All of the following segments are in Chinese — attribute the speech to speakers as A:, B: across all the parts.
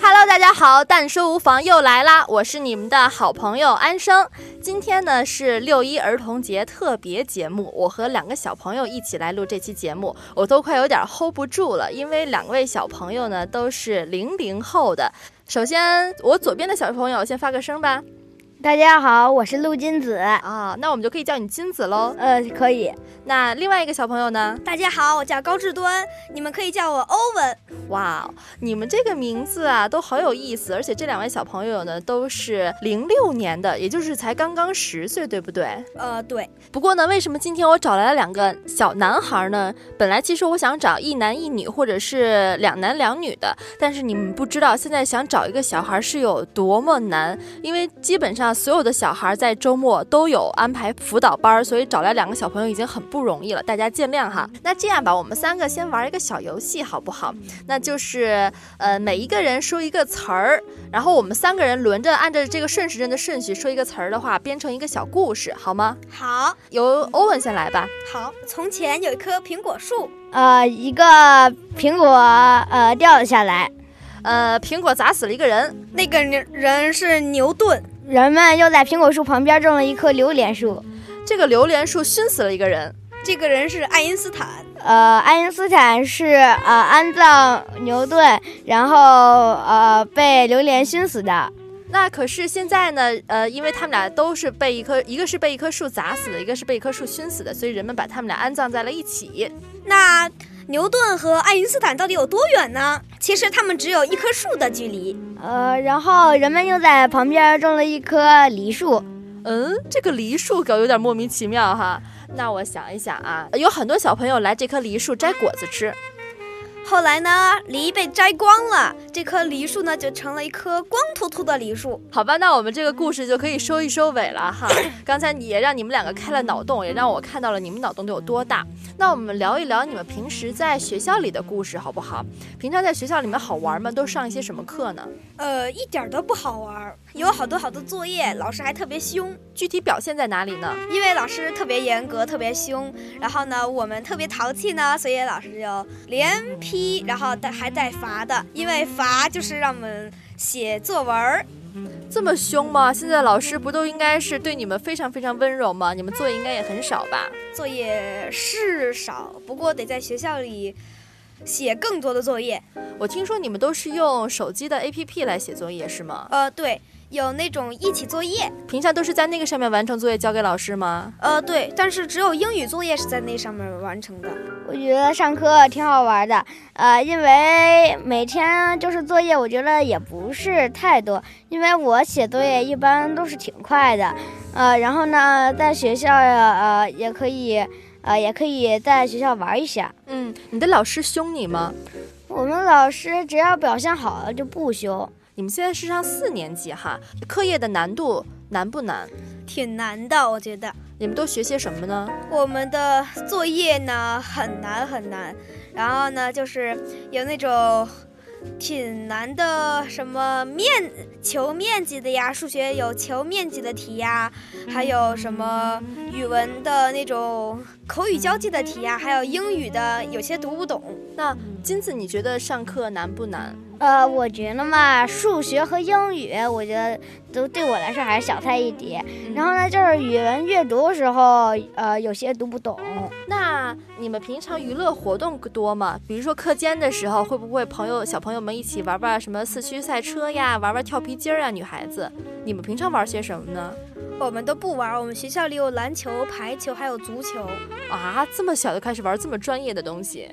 A: Hello，大家好，但说无妨又来啦，我是你们的好朋友安生。今天呢是六一儿童节特别节目，我和两个小朋友一起来录这期节目，我都快有点 hold 不住了，因为两位小朋友呢都是零零后的。首先，我左边的小朋友先发个声吧。
B: 大家好，我是陆金子。
A: 啊，那我们就可以叫你金子喽。
B: 呃，可以。
A: 那另外一个小朋友呢？
C: 大家好，我叫高志端，你们可以叫我欧文。
A: 哇，哦你们这个名字啊都好有意思，而且这两位小朋友呢都是零六年的，也就是才刚刚十岁，对不对？
C: 呃，对。
A: 不过呢，为什么今天我找来了两个小男孩呢？本来其实我想找一男一女或者是两男两女的，但是你们不知道，现在想找一个小孩是有多么难，因为基本上所有的小孩在周末都有安排辅导班，所以找来两个小朋友已经很不容易了，大家见谅哈。 那这样吧，我们三个先玩一个小游戏，好不好？那就是呃，每一个人说一个词儿，然后我们三个人轮着按照这个顺时针的顺序说一个词儿的话，编成一个小故事，好吗？
C: 好，
A: 由欧文先来吧。
C: 好，从前有一棵苹果树，
B: 呃，一个苹果呃掉了下来，
A: 呃，苹果砸死了一个人，
C: 那个人人是牛顿，
B: 人们又在苹果树旁边种了一棵榴莲树。
A: 这个榴莲树熏死了一个人。
C: 这个人是爱因斯坦。
B: 呃，爱因斯坦是呃安葬牛顿，然后呃被榴莲熏死的。
A: 那可是现在呢，呃，因为他们俩都是被一棵，一个是被一棵树砸死的，一个是被一棵树熏死的，所以人们把他们俩安葬在了一起。
C: 那牛顿和爱因斯坦到底有多远呢？其实他们只有一棵树的距离。
B: 呃，然后人们又在旁边种了一棵梨树。
A: 嗯，这个梨树搞有点莫名其妙哈。那我想一想啊，有很多小朋友来这棵梨树摘果子吃。
C: 后来呢，梨被摘光了，这棵梨树呢就成了一棵光秃秃的梨树。
A: 好吧，那我们这个故事就可以收一收尾了哈。 刚才也让你们两个开了脑洞，也让我看到了你们脑洞都有多大。那我们聊一聊你们平时在学校里的故事好不好？平常在学校里面好玩吗？都上一些什么课呢？
C: 呃，一点儿都不好玩儿，有好多好多作业，老师还特别凶。
A: 具体表现在哪里呢？
C: 因为老师特别严格，特别凶，然后呢，我们特别淘气呢，所以老师就连批，然后带还带罚的，因为罚就是让我们写作文儿。
A: 这么凶吗？现在老师不都应该是对你们非常非常温柔吗？你们作业应该也很少吧？
C: 作业是少，不过得在学校里写更多的作业。
A: 我听说你们都是用手机的 APP 来写作业是吗？
C: 呃，对，有那种一起作业。
A: 平常都是在那个上面完成作业交给老师吗？
C: 呃，对，但是只有英语作业是在那上面完成的。
B: 我觉得上课挺好玩的，呃，因为每天就是作业，我觉得也不是太多，因为我写作业一般都是挺快的，呃，然后呢，在学校呃也可以，呃也可以在学校玩一下。
A: 嗯，你的老师凶你吗？
B: 我们老师只要表现好了就不凶。
A: 你们现在是上四年级哈，课业的难度难不难？
C: 挺难的，我觉得。
A: 你们都学些什么呢？
C: 我们的作业呢很难很难，然后呢就是有那种挺难的什么面求面积的呀，数学有求面积的题呀，还有什么语文的那种口语交际的题呀，还有英语的有些读不懂。
A: 那金子，你觉得上课难不难？
B: 呃，我觉得嘛，数学和英语，我觉得都对我来说还是小菜一碟。然后呢，就是语文阅读的时候，呃，有些读不懂。
A: 那你们平常娱乐活动多吗？比如说课间的时候，会不会朋友小朋友们一起玩玩什么四驱赛车呀，玩玩跳皮筋儿啊？女孩子，你们平常玩些什么呢？
C: 我们都不玩，我们学校里有篮球、排球，还有足球。
A: 啊，这么小就开始玩这么专业的东西，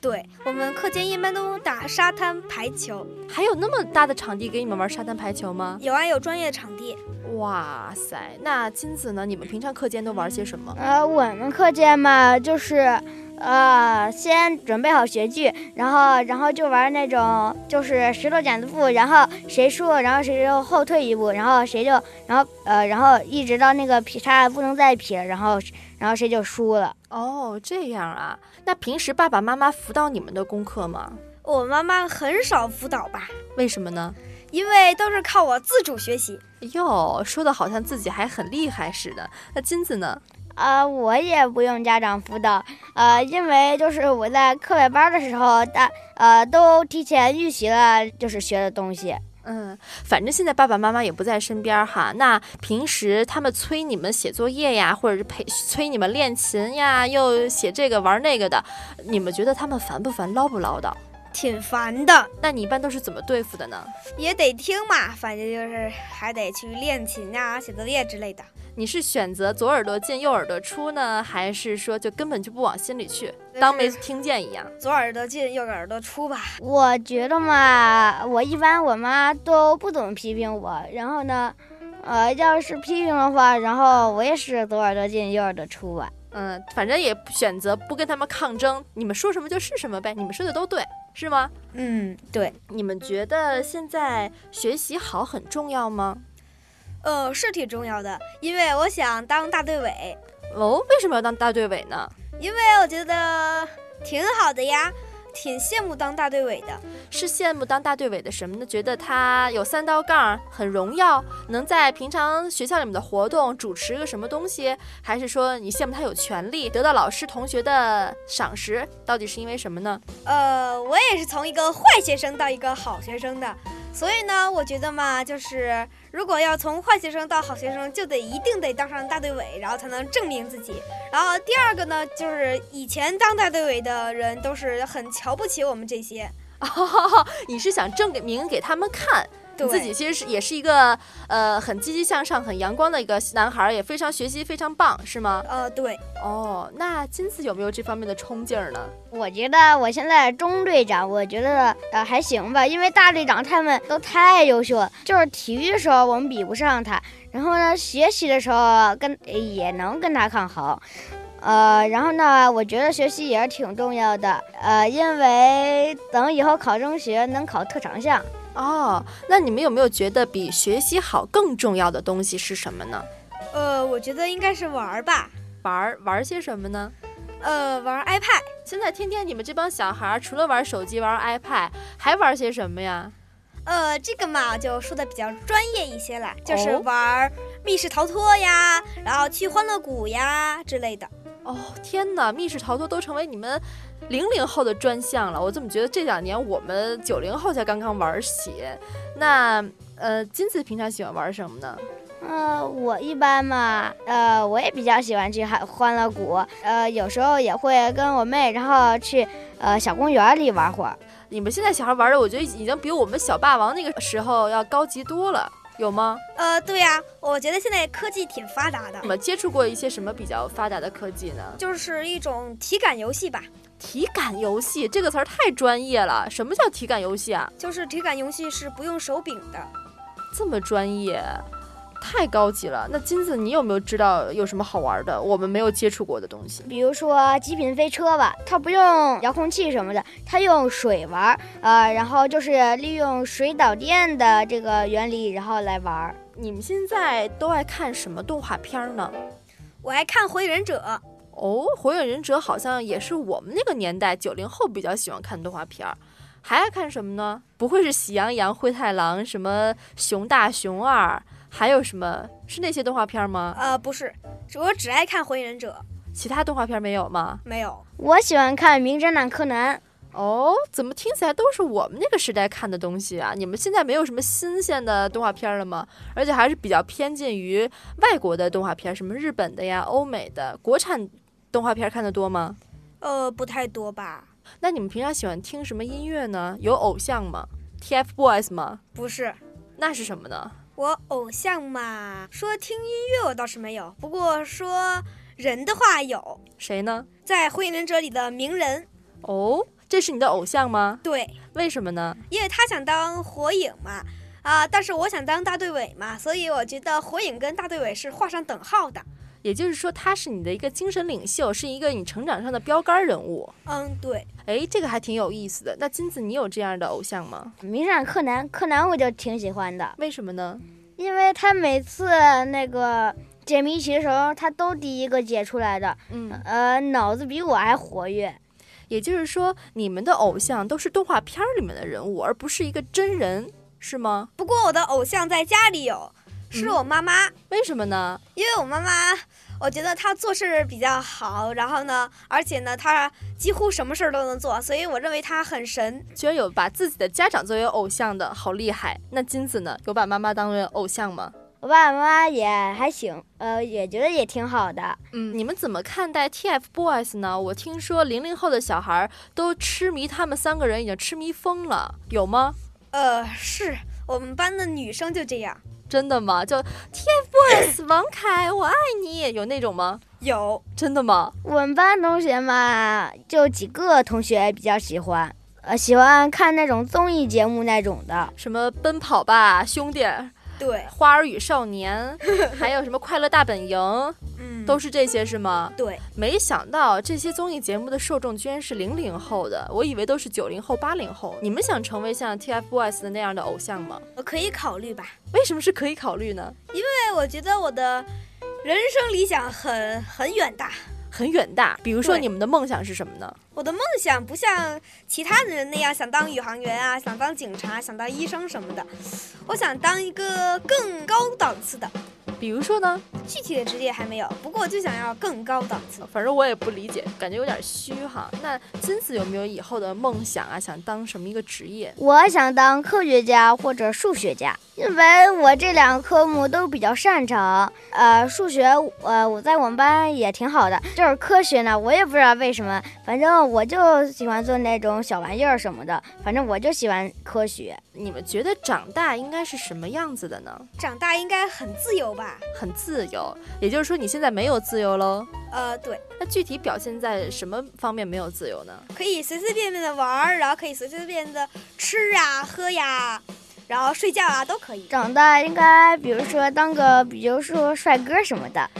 C: 对我们课间一般都打沙滩排球，
A: 还有那么大的场地给你们玩沙滩排球吗？
C: 有啊，有专业场地。
A: 哇塞，那金子呢？你们平常课间都玩些什么？
B: 呃，我们课间嘛，就是，呃，先准备好学具，然后然后就玩那种就是石头剪子布，然后谁输，然后谁就后退一步，然后谁就然后呃然后一直到那个劈叉不能再劈了，然后然后谁就输了。
A: 哦，这样啊。那平时爸爸妈妈辅导你们的功课吗？
C: 我妈妈很少辅导吧，
A: 为什么呢？
C: 因为都是靠我自主学习。
A: 哟，说的好像自己还很厉害似的。那金子呢？
B: 呃，我也不用家长辅导，呃，因为就是我在课外班的时候，大呃都提前预习了，就是学的东西。
A: 嗯，反正现在爸爸妈妈也不在身边儿哈。那平时他们催你们写作业呀，或者是陪催你们练琴呀，又写这个玩那个的，你们觉得他们烦不烦，唠不唠叨？
C: 挺烦的，
A: 那你一般都是怎么对付的呢？
C: 也得听嘛，反正就是还得去练琴啊、写作业之类的。
A: 你是选择左耳朵进右耳朵出呢，还是说就根本就不往心里去，
C: 是
A: 当没听见一样？
C: 左耳朵进，右耳朵出吧。
B: 我觉得嘛，我一般我妈都不怎么批评我，然后呢，呃，要是批评的话，然后我也是左耳朵进右耳朵出吧。
A: 嗯，反正也选择不跟他们抗争，你们说什么就是什么呗，你们说的都对，是吗？
C: 嗯，对，
A: 你们觉得现在学习好很重要吗？
C: 呃，是挺重要的，因为我想当大队委，
A: 哦，为什么要当大队委呢？
C: 因为我觉得挺好的呀，挺羡慕当大队委的。
A: 是羡慕当大队委的什么呢？觉得他有三道杠，很荣耀，能在平常学校里面的活动主持个什么东西，还是说你羡慕他有权利，得到老师同学的赏识？到底是因为什么呢？
C: 呃，我也是从一个坏学生到一个好学生的，所以呢，我觉得嘛，就是如果要从坏学生到好学生，就得一定得当上大队委，然后才能证明自己。然后第二个呢，就是以前当大队委的人都是很瞧不起我们这些，
A: 你是想证明给他们看，
C: 对
A: 你自己其实是也是一个呃很积极向上、很阳光的一个男孩儿，也非常学习非常棒，是吗？
C: 呃，对，
A: 哦，那金子有没有这方面的冲劲儿呢？
B: 我觉得我现在中队长，我觉得呃还行吧，因为大队长他们都太优秀了，就是体育的时候我们比不上他，然后呢学习的时候跟也能跟他抗衡。呃，然后呢，我觉得学习也是挺重要的，呃，因为等以后考中学能考特长项，
A: 哦，那你们有没有觉得比学习好更重要的东西是什么呢？
C: 呃，我觉得应该是玩儿吧，
A: 玩儿玩儿些什么呢？
C: 呃，玩儿 iPad，
A: 现在天天你们这帮小孩儿除了玩手机、玩 iPad，还玩些什么呀？
C: 呃，这个嘛就说的比较专业一些了，就是
A: 哦
C: 玩儿密室逃脱呀，然后去欢乐谷呀之类的。
A: 哦天哪，密室逃脱都成为你们零零后的专项了。我怎么觉得这两年我们九零后才刚刚玩起？那呃，金子平常喜欢玩什么呢？
B: 呃，我一般嘛，呃，我也比较喜欢去欢欢乐谷，呃，有时候也会跟我妹，然后去呃小公园里玩会儿。
A: 你们现在小孩玩的，我觉得已经比我们小霸王那个时候要高级多了，有吗？
C: 呃，对呀、我觉得现在科技挺发达的
A: 你，们接触过一些什么比较发达的科技呢？
C: 就是一种体感游戏吧。
A: 体感游戏这个词儿太专业了，什么叫体感游戏啊？
C: 就是体感游戏是不用手柄的。
A: 这么专业，太高级了。那金子，你有没有知道有什么好玩的，我们没有接触过的东西？
B: 比如说极品飞车吧，它不用遥控器什么的，它用水玩儿，呃，然后就是利用水导电的这个原理，然后来玩儿。
A: 你们现在都爱看什么动画片儿呢？
C: 我还看《火影忍者》，
A: 哦，《火影忍者》好像也是我们那个年代九零后比较喜欢看动画片儿，还爱看什么呢？不会是《喜羊羊》《灰太狼》什么《熊大》《熊二》，还有什么是那些动画片儿吗？
C: 呃，不是，我只爱看《火影忍者
A: 其他动画片儿没有吗？》，
C: 没有。
B: 我喜欢看《名侦探柯南》，
A: 哦，怎么听起来都是我们那个时代看的东西啊？你们现在没有什么新鲜的动画片儿了吗？而且还是比较偏近于外国的动画片儿，什么日本的呀、欧美的，国产动画片儿看得多吗？
C: 呃，不太多吧？
A: 那你们平常喜欢听什么音乐呢？有偶像吗？TFBOYS 吗？
C: 不是，
A: 那是什么呢？
C: 我偶像嘛，说听音乐我倒是没有，不过说人的话有，
A: 谁呢？
C: 在《火影忍者》里的鸣人，
A: 哦，这是你的偶像吗？
C: 对，
A: 为什么呢？
C: 因为他想当火影嘛。啊！但是我想当大队委嘛，所以我觉得火影跟大队委是画上等号的。
A: 也就是说他是你的一个精神领袖，是一个你成长上的标杆人物。
C: 嗯，对，
A: 哎，这个还挺有意思的。那金子，你有这样的偶像吗？
B: 名侦探柯南，柯南我就挺喜欢的，
A: 为什么呢？
B: 因为他每次那个解谜题的时候，他都第一个解出来的，
A: 嗯，
B: 呃，脑子比我还活跃。
A: 也就是说你们的偶像都是动画片儿里面的人物，而不是一个真人，是吗？
C: 不过我的偶像在家里有，
A: 嗯
C: 是我妈妈，
A: 为什么呢？
C: 因为我妈妈，我觉得她做事比较好，然后呢，而且呢，她几乎什么事儿都能做，所以我认为她很神。
A: 居然有把自己的家长作为偶像的，好厉害！那金子呢？有把妈妈当为偶像吗？
B: 我爸爸妈妈也还行，呃，也觉得也挺好的。
A: 嗯，你们怎么看待 TFBOYS 呢？我听说零零后的小孩儿都痴迷他们三个人，已经痴迷疯了，有吗？
C: 呃，是我们班的女生就这样，
A: 真的吗？就 TFBOYS 王凯，我爱你，有那种吗？
C: 有
A: 真的吗？
B: 我们班同学嘛，就几个同学比较喜欢，呃，喜欢看那种综艺节目那种的。
A: 什么奔跑吧兄弟、
C: 对，
A: 花儿与少年，还有什么快乐大本营，
C: 嗯，
A: 都是这些是吗？
C: 对，
A: 没想到这些综艺节目的受众居然是零零后的，我以为都是九零后、八零后。你们想成为像 TFBOYS 的那样的偶像吗？
C: 我可以考虑吧。
A: 为什么是可以考虑呢？
C: 对，我觉得我的人生理想很很远大，
A: 很远大，比如说
C: 对
A: 你们的梦想是什么呢？
C: 我的梦想不像其他的人那样想当宇航员啊，想当警察，想当医生什么的。我想当一个更高档次的，
A: 比如说呢？
C: 具体的职业还没有，不过我就想要更高档次。
A: 反正我也不理解，感觉有点虚哈。那金子有没有以后的梦想啊？想当什么一个职业？
B: 我想当科学家或者数学家，因为我这两个科目都比较擅长。呃，数学，呃，我在我们班也挺好的，就是科学呢，我也不知道为什么，反正我就喜欢做那种小玩意儿什么的，反正我就喜欢科学。
A: 你们觉得长大应该是什么样子的呢？
C: 长大应该很自由吧？
A: 很自由，也就是说你现在没有自由喽。
C: 呃，对，
A: 那具体表现在什么方面没有自由呢？
C: 可以随随便便的玩儿，然后可以随随便便的吃啊、喝呀、然后睡觉啊都可以。
B: 长大应该，比如说当个，比如说帅哥什么的。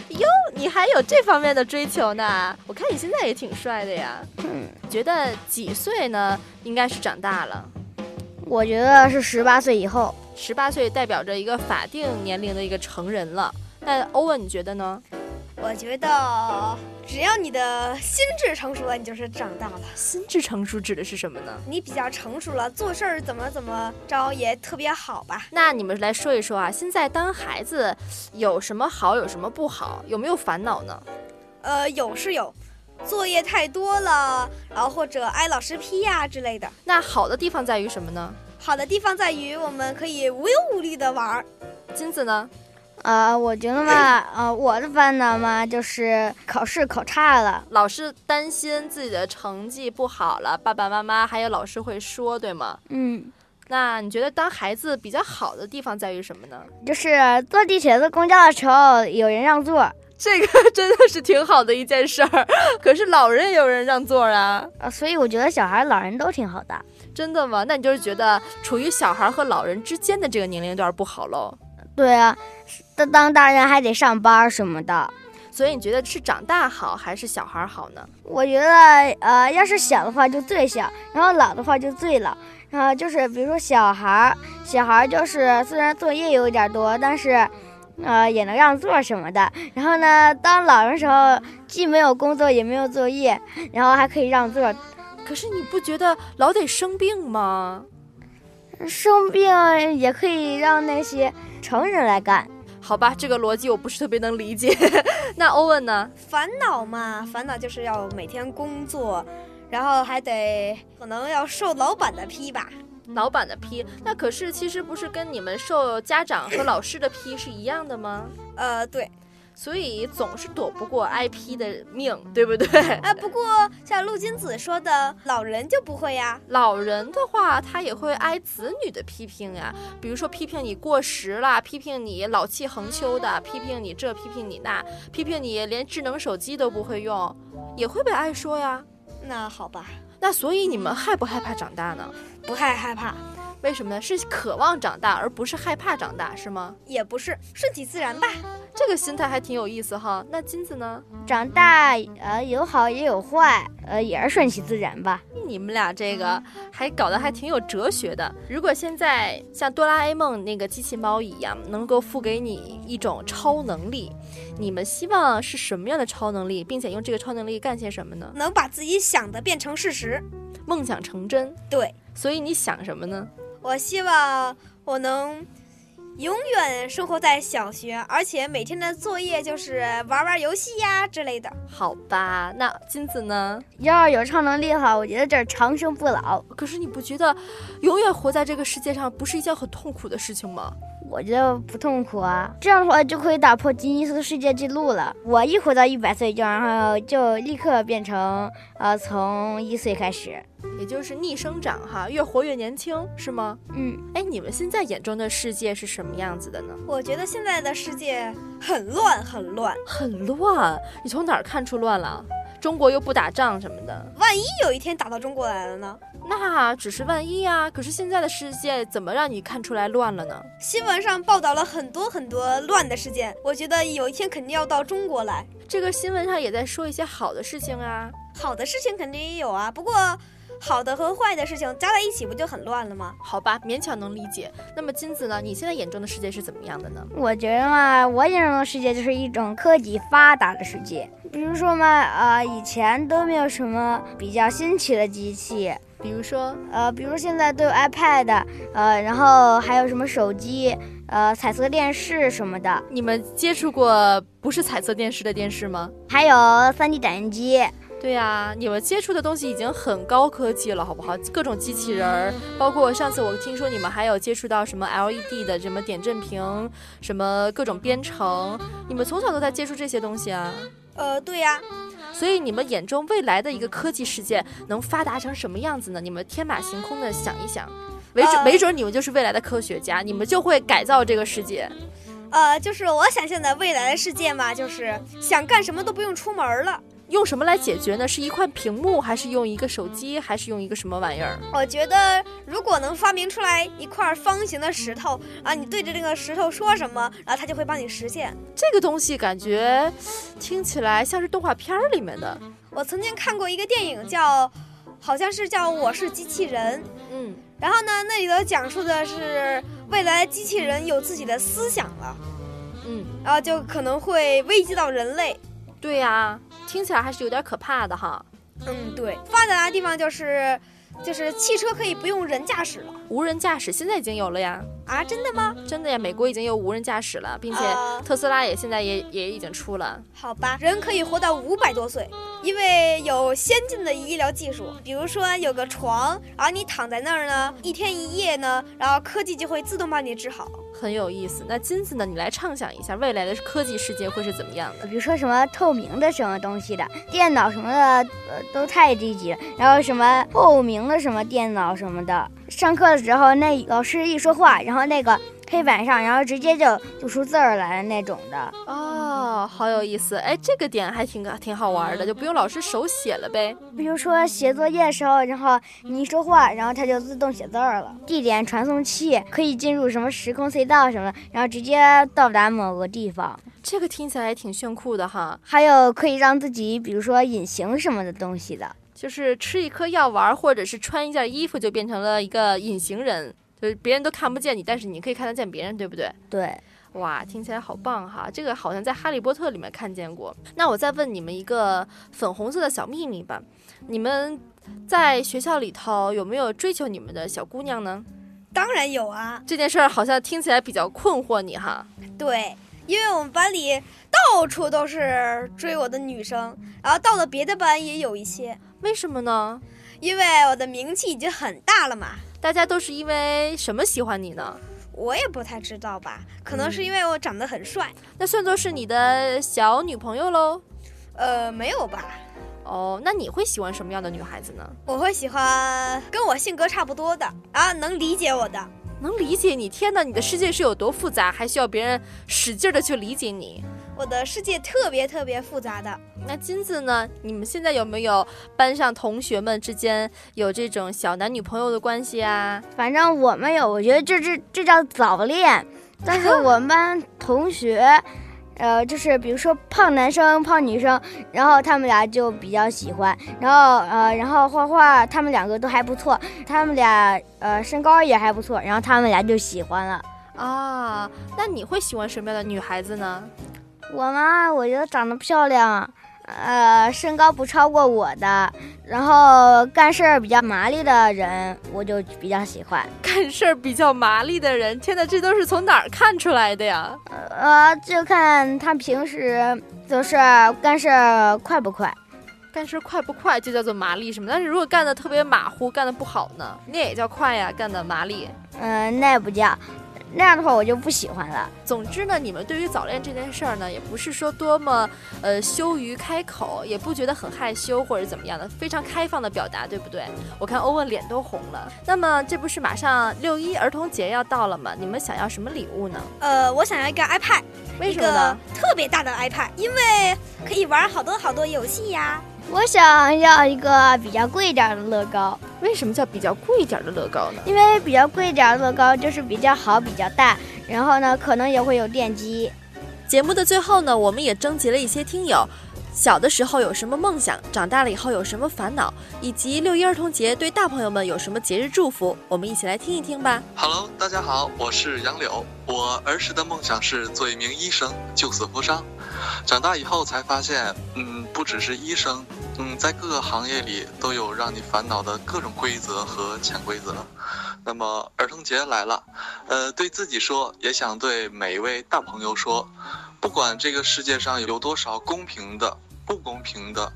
A: 你还有这方面的追求呢？我看你现在也挺帅的呀。
B: 嗯，
A: 觉得几岁呢？应该是长大了。
B: 我觉得是十八岁以后。
A: 十八岁代表着一个法定年龄的一个成人了。那欧文，你觉得呢？
C: 我觉得只要你的心智成熟了，你就是长大了。
A: 心智成熟指的是什么呢？
C: 你比较成熟了，做事儿怎么怎么着也特别好吧？
A: 那你们来说一说啊，现在当孩子有什么好，有什么不好，有没有烦恼呢？
C: 呃，有是有，作业太多了，然后或者挨老师批呀、之类的。
A: 那好的地方在于什么呢？
C: 好的地方在于我们可以无忧无虑的玩儿。
A: 金子呢？
B: 呃，我觉得嘛，呃，我的烦恼嘛就是考试考差了。
A: 老是担心自己的成绩不好了，爸爸妈妈还有老师会说，对吗？
B: 嗯，
A: 那你觉得当孩子比较好的地方在于什么呢？
B: 就是坐地铁、坐公交的时候有人让座，
A: 这个 真的是挺好的一件事儿，可是老人也有人让座啊，
B: 呃，所以我觉得小孩、老人都挺好的。
A: 真的吗？那你就是觉得处于小孩和老人之间的这个年龄段不好喽？
B: 对啊，当当大人还得上班什么的。
A: 所以你觉得是长大好还是小孩好呢？
B: 我觉得，呃，要是小的话就最小，然后老的话就最老。然后就是，比如说小孩儿，小孩儿就是虽然作业有点多，但是，呃，也能让座什么的。然后呢，当老人时候，既没有工作也没有作业，然后还可以让座。
A: 可是你不觉得老得生病吗？
B: 生病也可以让那些成人来干。
A: 好吧，这个逻辑我不是特别能理解。 那欧文呢？
C: 烦恼嘛，烦恼就是要每天工作，然后还得可能要受老板的批吧。
A: 老板的批，那可是其实不是跟你们受家长和老师的批是一样的吗？
C: 呃，对，
A: 所以总是躲不过挨批的命，对不对？
C: 哎、不过像陆金子说的，老人就不会呀、
A: 老人的话，他也会挨子女的批评呀、比如说批评你过时啦，批评你老气横秋的，批评你这，批评你那，批评你连智能手机都不会用，也会被挨说呀。
C: 那好吧，
A: 那所以你们害不害怕长大呢？
C: 不太害怕。
A: 为什么呢？是渴望长大，而不是害怕长大，是吗？
C: 也不是，顺其自然吧。
A: 这个心态还挺有意思哈。那金子呢？
B: 长大呃有好也有坏，呃也是顺其自然吧。
A: 你们俩这个还搞得还挺有哲学的。如果现在像哆啦 A 梦那个机器猫一样，能够赋给你一种超能力，你们希望是什么样的超能力，并且用这个超能力干些什么呢？
C: 能把自己想的变成事实。
A: 梦想成真。
C: 对，
A: 所以你想什么呢？
C: 我希望我能永远生活在小学，而且每天的作业就是玩玩游戏呀之类的。
A: 好吧，那金子呢？
B: 要是有超能力的话，我觉得这是长生不老。
A: 可是你不觉得永远活在这个世界上不是一件很痛苦的事情吗？
B: 我觉得不痛苦啊，这样的话就可以打破吉尼斯世界纪录了。我一活到一百岁就，然后就立刻变成呃，从一岁开始。
A: 也就是逆生长哈，越活越年轻是吗？
B: 嗯，
A: 哎，你们现在眼中的世界是什么样子的呢？
C: 我觉得现在的世界很乱，很乱。
A: 很乱，你从哪儿看出乱了？中国又不打仗什么的，
C: 万一有一天打到中国来了呢？
A: 那只是万一啊。可是现在的世界怎么让你看出来乱了呢？
C: 新闻上报道了很多很多乱的事件，我觉得有一天肯定要到中国来。
A: 这个新闻上也在说一些好的事情啊，
C: 好的事情肯定也有啊，不过好的和坏的事情加在一起不就很乱了吗？
A: 好吧，勉强能理解。那么金子呢？你现在眼中的世界是怎么样的呢？
B: 我觉得嘛，我眼中的世界就是一种科技发达的世界。比如说嘛，呃，以前都没有什么比较新奇的机器，
A: 比如说，
B: 呃，比如现在都有 iPad，呃，然后还有什么手机，呃，彩色电视什么的，
A: 你们接触过不是彩色电视的电视吗？
B: 还有 3D 打印机。
A: 对呀、你们接触的东西已经很高科技了，好不好？各种机器人儿，包括上次我听说你们还有接触到什么 LED 的什么点阵屏，什么各种编程，你们从小都在接触这些东西啊。
C: 呃，对呀、
A: 所以你们眼中未来的一个科技世界能发达成什么样子呢？你们天马行空的想一想，没准、
C: 呃
A: 没准你们就是未来的科学家，你们就会改造这个世界。
C: 呃，就是我想象的未来的世界嘛，就是想干什么都不用出门了。
A: 用什么来解决呢？是一块屏幕，还是用一个手机，还是用一个什么玩意儿？
C: 我觉得如果能发明出来一块方形的石头啊，你对着这个石头说什么，然后它就会帮你实现。
A: 这个东西感觉听起来像是动画片儿里面的。
C: 我曾经看过一个电影叫，好像是叫《我是机器人》，
A: 嗯，
C: 然后呢，那里头讲述的是未来机器人有自己的思想了，
A: 嗯，
C: 然后就可能会危及到人类。
A: 对呀、听起来还是有点可怕的哈。
C: 嗯，对，发达的地方就是，就是汽车可以不用人驾驶了
A: 无人驾驶现在已经有了呀，
C: 啊？真的吗？
A: 真的呀，美国已经有无人驾驶了，并且
C: 啊
A: 特斯拉也现在也也已经出了。
C: 好吧，人可以活到五百多岁，因为有先进的医疗技术，比如说有个床，然后你躺在那儿呢，一天一夜呢，然后科技就会自动帮你治好。
A: 很有意思。那金子呢？你来畅想一下未来的科技世界会是怎么样的？
B: 比如说什么透明的什么东西的电脑什么的，呃，都太低级了。然后什么透明的什么电脑什么的，上课的时候那老师一说话，然后那个黑板上，然后直接就读出字儿来的那种的。
A: 哦，好有意思。哎，这个点还挺挺好玩的，就不用老师手写了呗。
B: 比如说写作业的时候，然后你一说话，然后它就自动写字儿了。地点传送器可以进入什么时空隧道什么的，然后直接到达某个地方。
A: 这个听起来挺炫酷的哈。
B: 还有可以让自己，比如说隐形什么的东西的。
A: 就是吃一颗药丸儿，或者是穿一件衣服，就变成了一个隐形人，就是别人都看不见你，但是你可以看得见别人，对不对？
B: 对，
A: 哇，听起来好棒哈！这个好像在《哈利波特》里面看见过。那我再问你们一个粉红色的小秘密吧，你们在学校里头有没有追求你们的小姑娘呢？
C: 当然有啊，
A: 这件事儿好像听起来比较困惑你哈。
C: 对，因为我们班里到处都是追我的女生，然后到了别的班也有一些，
A: 为什么呢？
C: 因为我的名气已经很大了嘛。
A: 大家都是因为什么喜欢你呢？
C: 我也不太知道吧，可能是因为我长得很帅，
A: 那算作是你的小女朋友喽？
C: 呃，没有吧？
A: 哦，那你会喜欢什么样的女孩子呢？
C: 我会喜欢跟我性格差不多的，然后能理解我的。
A: 能理解你，天哪，你的世界是有多复杂，还需要别人使劲的去理解你。
C: 我的世界特别特别复杂的。
A: 那金子呢？你们现在有没有班上同学们之间有这种小男女朋友的关系啊？
B: 反正我们有，我觉得这这这叫早恋。但是我们班同学， 呃，就是比如说胖男生、胖女生，然后他们俩就比较喜欢，然后呃，然后画画，他们两个都还不错，他们俩呃身高也还不错，然后他们俩就喜欢了。
A: 啊，那你会喜欢什么样的女孩子呢？
B: 我嘛，我觉得长得漂亮，呃，身高不超过我的，然后呃干事儿比较麻利的人，我就比较喜欢。
A: 干事儿比较麻利的人，天哪，这都是从哪儿看出来的呀？
B: 呃，就看他平时就是干事儿快不快。
A: 干事儿快不快就叫做麻利什么？但是如果干的特别马虎，干的不好呢，那也叫快呀，干的麻利。
B: 嗯、那不叫，那样的话我就不喜欢了。
A: 总之呢，你们对于早恋这件事儿呢，也不是说多么呃羞于开口，也不觉得很害羞或者怎么样的，非常开放的表达，对不对？我看欧文脸都红了。那么这不是马上六一儿童节要到了吗？你们想要什么礼物呢？
C: 呃，我想要一个 iPad，
A: 为
C: 一
A: 什么呢
C: 个？特别大的 iPad，因为可以玩好多好多游戏呀。
B: 我想要一个比较贵一点儿的乐高，
A: 为什么叫比较贵一点的乐高呢？
B: 因为比较贵一点儿的乐高就是比较好、比较大，然后呢可能也会有电机。
A: 节目的最后呢，我们也征集了一些听友，小的时候有什么梦想，长大了以后有什么烦恼，以及六一儿童节对大朋友们有什么节日祝福，我们一起来听一听吧。
D: Hello，大家好，我是杨柳。我儿时的梦想是做一名医生，救死扶伤。长大以后才发现，嗯，不只是医生，嗯，在各个行业里都有让你烦恼的各种规则和潜规则。那么儿童节来了，呃，对自己说，也想对每一位大朋友说，不管这个世界上有多少公平的、不公平的，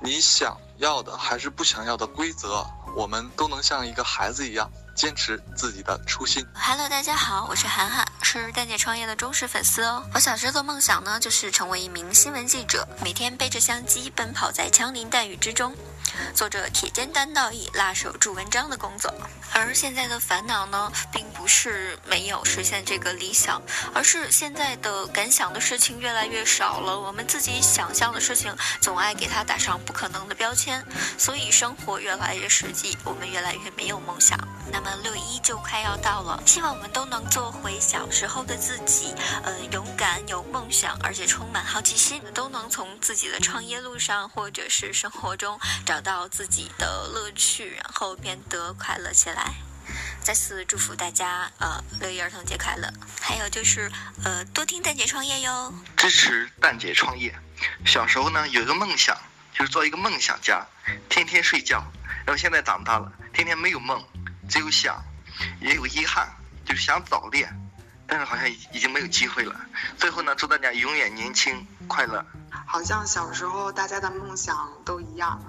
D: 你想要的还是不想要的规则，我们都能像一个孩子一样坚持自己的初心。
E: Hello，大家好，我是涵涵，是蛋姐创业的忠实粉丝哦。我小时候的梦想呢，就是成为一名新闻记者，每天背着相机奔跑在枪林弹雨之中，做着铁肩担道义、辣手著文章的工作。而现在的烦恼呢，并不是没有实现这个理想，而是现在的敢想的事情越来越少了。我们自己想象的事情，总爱给它打上不可能的标签，所以生活越来越实际，我们越来越没有梦想。那么六一就快要到了，希望我们都能做回小时候的自己，呃，勇敢、有梦想，而且充满好奇心，都能从自己的创业路上或者是生活中找到自己的乐趣，然后变得快乐起来。再次祝福大家，呃，六一儿童节快乐！还有就是，呃，多听蛋姐创业哟。
F: 支持蛋姐创业。小时候呢，有一个梦想，就是做一个梦想家，天天睡觉。然后现在长大了，天天没有梦，只有想，也有遗憾，就是想早恋，但是好像已已经没有机会了。最后呢，祝大家永远年轻快乐。
G: 好像小时候大家的梦想都一样，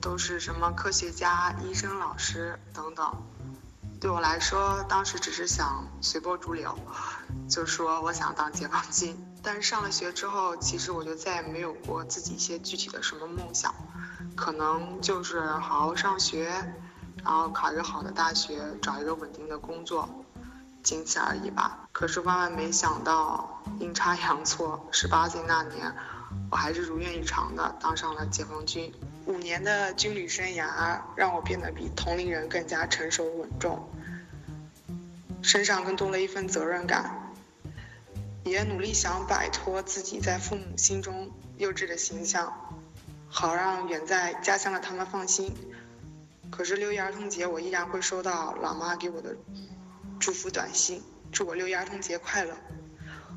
G: 都是什么科学家、医生、老师等等。对我来说，当时只是想随波逐流，就说我想当解放军。但是上了学之后，其实我就再也没有过自己一些具体的什么梦想，可能就是好好上学，然后考一个好的大学，找一个稳定的工作，仅此而已吧。可是万万没想到，阴差阳错，十八岁那年，我还是如愿以偿的当上了解放军。五年的军旅生涯让我变得比同龄人更加成熟稳重，身上更多了一份责任感，也努力想摆脱自己在父母心中幼稚的形象，好让远在家乡的他们放心。可是六一儿童节，我依然会收到老妈给我的祝福短信，祝我六一儿童节快乐。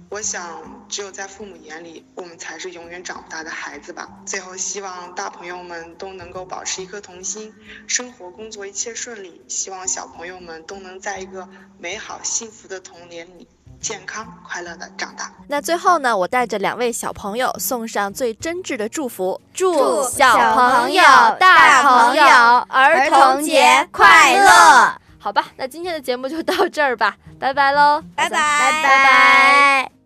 G: 我想，只有在父母眼里，我们才是永远长不大的孩子吧。最后，希望大朋友们都能够保持一颗童心，生活、工作一切顺利。希望小朋友们都能在一个美好、幸福的童年里，健康快乐的长大。
A: 那最后呢，我带着两位小朋友送上最真挚的祝福，祝
H: 祝
A: 小
B: 小
A: 朋
B: 朋
A: 友、
B: 友
A: 大
B: 大
A: 朋
B: 朋
A: 友
B: 友
A: 儿
B: 儿
A: 童
B: 童
A: 节
B: 节
A: 快
B: 快
A: 乐
B: 乐！
A: 好吧，那今天的节目就到这儿吧，拜拜喽，
C: 拜拜
A: 拜拜。